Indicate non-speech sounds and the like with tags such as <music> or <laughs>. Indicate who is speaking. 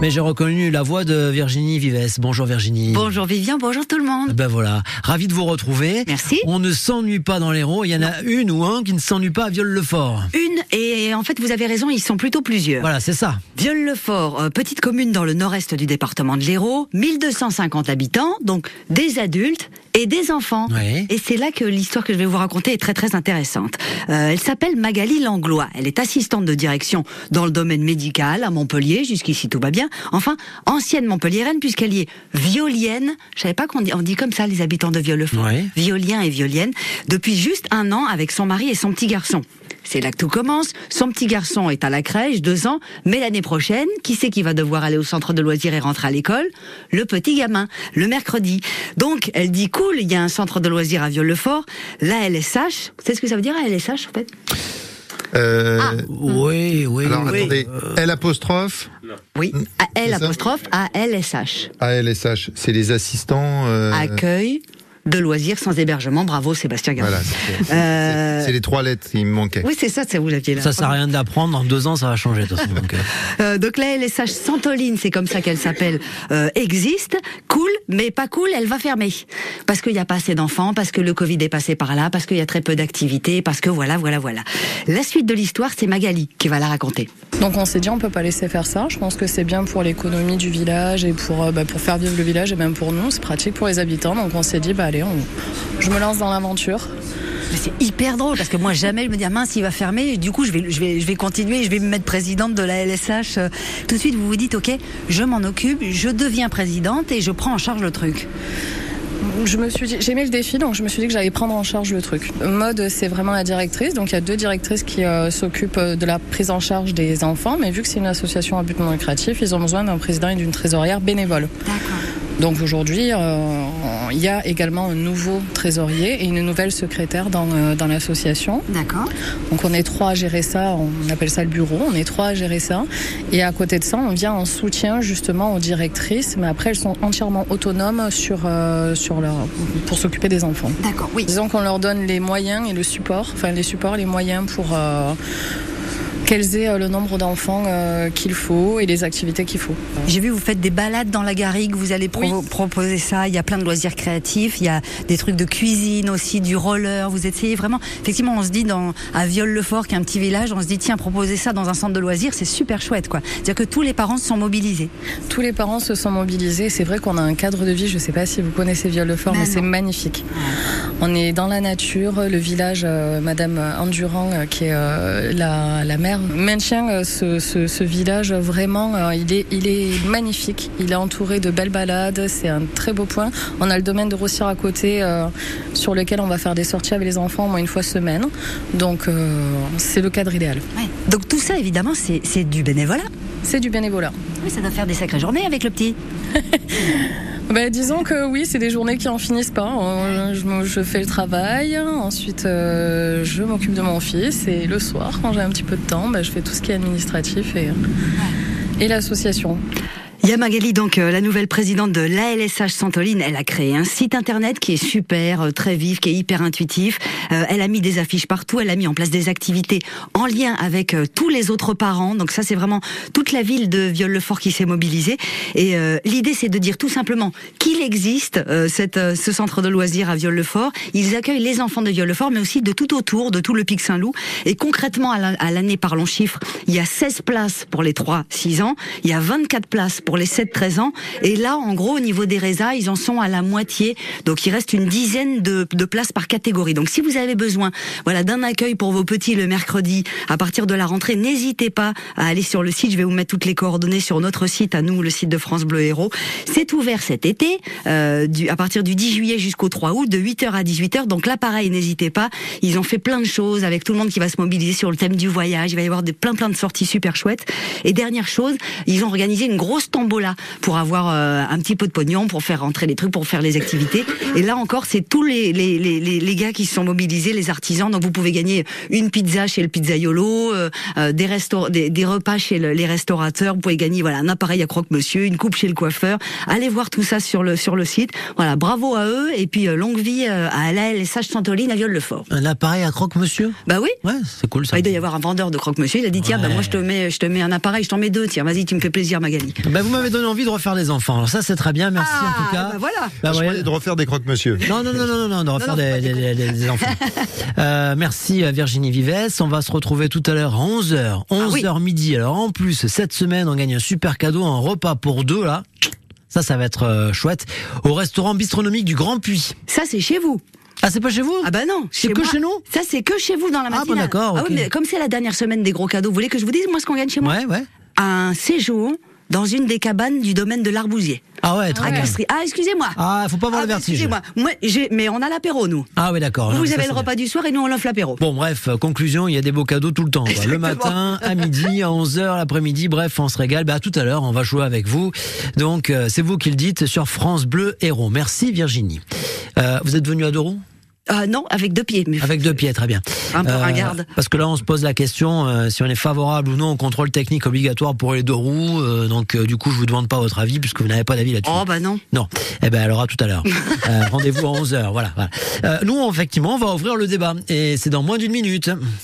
Speaker 1: mais j'ai reconnu la voix de Virginie Vives. Bonjour Virginie.
Speaker 2: Bonjour Vivien, bonjour tout le monde.
Speaker 1: Ben voilà, ravi de vous retrouver.
Speaker 2: Merci.
Speaker 1: On ne s'ennuie pas dans les ronds. Il y en a une ou un qui ne s'ennuie pas à Viol-le-Fort.
Speaker 2: Une, et en fait vous avez raison, ils sont plutôt plusieurs.
Speaker 1: Voilà, c'est ça.
Speaker 2: Viol-le-Fort, euh, petite commune dans le nord-est du département de l'Hérault, 1250 habitants, donc des adultes et des enfants.
Speaker 1: Oui.
Speaker 2: Et c'est là que l'histoire que je vais vous raconter est très très intéressante. Euh, elle s'appelle Magali Langlois. Elle est assistante de direction dans le domaine médical à Montpellier. Jusqu'ici tout va bien. Enfin, ancienne Montpelliéraine puisqu'elle y est violienne. Je savais pas qu'on dit, on dit comme ça les habitants de Violefort.
Speaker 1: Oui.
Speaker 2: Violien et violienne. Depuis juste un an avec son mari et son petit garçon. C'est là que tout commence. Son petit garçon est à la crèche, deux ans, mais l'année prochaine, qui c'est qui va devoir aller au centre de loisirs et rentrer à l'école Le petit gamin, le mercredi. Donc, elle dit cool, il y a un centre de loisirs à Vieux-le-Fort. La LSH, vous savez ce que ça veut dire, la LSH, en fait
Speaker 3: Euh,
Speaker 2: Ah, Mm.
Speaker 1: Oui, oui,
Speaker 3: alors
Speaker 1: oui. Euh,
Speaker 3: attendez,
Speaker 2: Euh.
Speaker 3: L apostrophe
Speaker 2: Oui, à L
Speaker 3: Hmm. ça
Speaker 2: apostrophe à LSH.
Speaker 3: Ah, ALSH, c'est les assistants. euh,
Speaker 2: Ah, Accueil de loisirs sans hébergement. Bravo, Sébastien Garnier.
Speaker 3: Voilà, c'est c'est-
Speaker 2: Euh,
Speaker 3: c'est les trois lettres qui me manquaient.
Speaker 2: Oui, c'est ça, c'est vous l'aviez là.
Speaker 1: Ça sert à rien d'apprendre. En deux ans, ça va changer. de toute façon. Donc, euh,
Speaker 2: Euh, donc la LSH Santoline, c'est comme ça qu'elle s'appelle, euh, existe, cool, mais pas cool, elle va fermer. Parce qu'il n'y a pas assez d'enfants, parce que le Covid est passé par là, parce qu'il y a très peu d'activités, parce que voilà, voilà, voilà. La suite de l'histoire, c'est Magali qui va la raconter.
Speaker 4: Donc on s'est dit on peut pas laisser faire ça. Je pense que c'est bien pour l'économie du village et pour, euh, bah, pour faire vivre le village et même pour nous, c'est pratique pour les habitants. Donc on s'est dit bah allez, on... je me lance dans l'aventure.
Speaker 2: Mais C'est hyper drôle, parce que moi jamais je me dis, ah, mince, il va fermer, du coup je vais, je, vais, je vais continuer, je vais me mettre présidente de la LSH. Euh, Tout de suite, vous vous dites, ok, je m'en occupe, je deviens présidente et je prends en charge le truc.
Speaker 4: Je me suis dit, j'aimais le défi, donc je me suis dit que j'allais prendre en charge le truc. Mode, c'est vraiment la directrice, donc il y a deux directrices qui euh, s'occupent euh, de la prise en charge des enfants, mais vu que c'est une association à but non lucratif, ils ont besoin d'un président et d'une trésorière bénévole. Donc aujourd'hui, euh, il y a également un nouveau trésorier et une nouvelle secrétaire dans, euh, dans l'association.
Speaker 2: D'accord.
Speaker 4: Donc on est trois à gérer ça, on appelle ça le bureau, on est trois à gérer ça. Et à côté de ça, on vient en soutien justement aux directrices, mais après elles sont entièrement autonomes sur, euh, sur leur, pour s'occuper des enfants.
Speaker 2: D'accord, oui.
Speaker 4: Disons qu'on leur donne les moyens et le support, enfin les supports, les moyens pour euh, qu'elles aient euh, le nombre d'enfants euh, qu'il faut et les activités qu'il faut.
Speaker 2: J'ai vu, vous faites des balades dans la garrigue, vous allez provo-
Speaker 4: Oui.
Speaker 2: proposer ça. Il y a plein de loisirs créatifs, il y a des trucs de cuisine aussi, du roller. Vous essayez vraiment. Effectivement, on se dit dans, à Viol-le-Fort, qui est un petit village, on se dit tiens, proposer ça dans un centre de loisirs, c'est super chouette quoi. C'est-à-dire que tous les parents sont mobilisés.
Speaker 4: Tous les parents se sont mobilisés. C'est vrai qu'on a un cadre de vie, je ne sais pas si vous connaissez Viol-le-Fort,
Speaker 2: Ben
Speaker 4: mais, c'est
Speaker 2: non.
Speaker 4: magnifique. On est dans la nature, le village, euh, Madame Endurant, euh, qui est euh, la, la mère, maintient euh, ce, ce- ce village euh, vraiment, euh, il, est, il est magnifique. Il est entouré de belles balades, c'est un très beau point. On a le domaine de Rossière à côté, euh, sur lequel on va faire des sorties avec les enfants au moins une fois semaine. Donc euh, c'est le cadre idéal.
Speaker 2: Donc tout ça, évidemment, c'est c'est du bénévolat.
Speaker 4: C'est du bénévolat.
Speaker 2: Oui, ça doit faire des sacrées journées avec le petit.
Speaker 4: Ben, disons que oui, c'est des journées qui en finissent pas. Euh, Je, me- je fais le travail, ensuite euh, je m'occupe de mon fils et le soir, quand j'ai un petit peu de temps, ben, je fais tout ce qui est administratif et, euh, et l'association.
Speaker 2: Il y a Magali, donc euh, la nouvelle présidente de l'ALSH Santoline, elle a créé un site internet qui est super, euh, très vif, qui est hyper intuitif. Euh, elle a mis des affiches partout, elle a mis en place des activités en lien avec euh, tous les autres parents. Donc ça, c'est vraiment toute la ville de Viol-le-Fort qui s'est mobilisée. Et euh, l'idée, c'est de dire tout simplement qu'il existe euh, cette, euh, ce centre de loisirs à Viol-le-Fort. Ils accueillent les enfants de Viol-le-Fort, mais aussi de tout autour, de tout le Pic Saint-Loup. Et concrètement, à la- à l'année, parlons chiffres, il y a 16 places pour les 3-6 ans, il y a 24 places pour les 7-13 ans. Et là, en gros, au niveau des résas, ils en sont à la moitié. Donc, il reste une dizaine de, de places par catégorie. Donc, si vous avez besoin voilà, d'un accueil pour vos petits le mercredi, à partir de la rentrée, n'hésitez pas à aller sur le site. Je vais vous mettre toutes les coordonnées sur notre site, à nous, le site de France Bleu Héros. C'est ouvert cet été, euh, du, à partir du 10 juillet jusqu'au 3 août, de 8h à 18h. Donc là, pareil, n'hésitez pas. Ils ont fait plein de choses avec tout le monde qui va se mobiliser sur le thème du voyage. Il va y avoir des, plein plein de sorties super chouettes. Et dernière chose, ils ont organisé une grosse tombola pour avoir euh, un petit peu de pognon, pour faire rentrer les trucs, pour faire les activités. Et là encore, c'est tous les, les, les, les, les gars qui se sont mobilisés, les artisans. Donc vous pouvez gagner une pizza chez le pizzaiolo, euh, euh, des, restaur- des, des repas chez le- les restaurateurs. Vous pouvez gagner voilà un appareil à croque-monsieur, une coupe chez le coiffeur. Allez voir tout ça sur le sur le site. Voilà, bravo à eux et puis euh, longue vie euh, à l'ALSH Santoline à Viol-le-Fort.
Speaker 1: un appareil à croque-monsieur
Speaker 2: Bah oui.
Speaker 1: Ouais, c'est cool ça.
Speaker 2: Il doit y avoir un vendeur de croque-monsieur. Il a dit tiens, bah,
Speaker 1: Ouais.
Speaker 2: moi je te mets, je te mets un appareil, je t'en mets deux. Tiens, vas-y, tu me fais plaisir, Magali.
Speaker 1: Ben, vous m'avez donné envie de refaire les enfants. Alors ça, c'est très bien. Merci en tout
Speaker 2: Ah,
Speaker 1: cas.
Speaker 2: bah voilà.
Speaker 1: Bah,
Speaker 3: Je
Speaker 1: voyez-
Speaker 3: parlais de refaire des croque-monsieur.
Speaker 1: Non, non, non, non, non, non, de refaire des, des- des- des
Speaker 2: <laughs>
Speaker 1: enfants. Euh, merci à Virginie Vives. On va se retrouver tout à l'heure à 11h.
Speaker 2: Ah
Speaker 1: 11h midi. Alors en plus, cette semaine, on gagne un super cadeau, un repas pour deux, là. Ça, ça va être euh, chouette. Au restaurant bistronomique du Grand Puy.
Speaker 2: Ça, c'est chez vous.
Speaker 1: Ah, c'est pas chez vous
Speaker 2: Ah bah non,
Speaker 1: C'est que
Speaker 2: moi.
Speaker 1: chez nous
Speaker 2: Ça, c'est que chez vous dans la
Speaker 1: bon,
Speaker 2: matinale.
Speaker 1: d'accord,
Speaker 2: Ah oui,
Speaker 1: ok.
Speaker 2: mais comme c'est la dernière semaine des gros cadeaux, vous voulez que je vous dise moi ce qu'on gagne chez moi
Speaker 1: Ouais, ouais.
Speaker 2: Un séjour dans une des cabanes du domaine de l'Arbousier,
Speaker 1: Ah ouais, très
Speaker 2: à
Speaker 1: bien.
Speaker 2: Castries. Ah, excusez-moi.
Speaker 1: Ah, faut pas avoir
Speaker 2: Ah,
Speaker 1: le
Speaker 2: mais
Speaker 1: vertige.
Speaker 2: Excusez-moi. Moi, j'ai- mais on a l'apéro, nous.
Speaker 1: Ah oui, d'accord. Non,
Speaker 2: vous
Speaker 1: ça,
Speaker 2: avez
Speaker 1: c'est
Speaker 2: le
Speaker 1: bien.
Speaker 2: repas du soir et nous, on offre l'apéro.
Speaker 1: Bon, bref, euh, conclusion, il y a des beaux cadeaux tout le temps. quoi. Le
Speaker 2: Exactement.
Speaker 1: matin, à midi, à 11h, l'après-midi, bref, on se régale. Bah, à tout à l'heure, on va jouer avec vous. Donc, euh, c'est vous qui le dites sur France Bleu Héros. Merci Virginie. Euh, vous êtes venu à deux roues
Speaker 2: Ah non, avec deux pieds. mais-
Speaker 1: Avec deux pieds, très bien. Euh,
Speaker 2: Un peu ringarde.
Speaker 1: Parce que là, on se pose la question euh, si on est favorable ou non au contrôle technique obligatoire pour les deux roues. Euh, donc, euh, du coup, je vous demande pas votre avis puisque vous n'avez pas d'avis là-dessus.
Speaker 2: Oh bah non.
Speaker 1: Non. Eh ben, alors à tout à
Speaker 2: <laughs>
Speaker 1: l'heure. Euh, Rendez-vous à 11h. Voilà. voilà. Euh, nous, effectivement, on va ouvrir le débat. Et c'est dans moins d'une minute.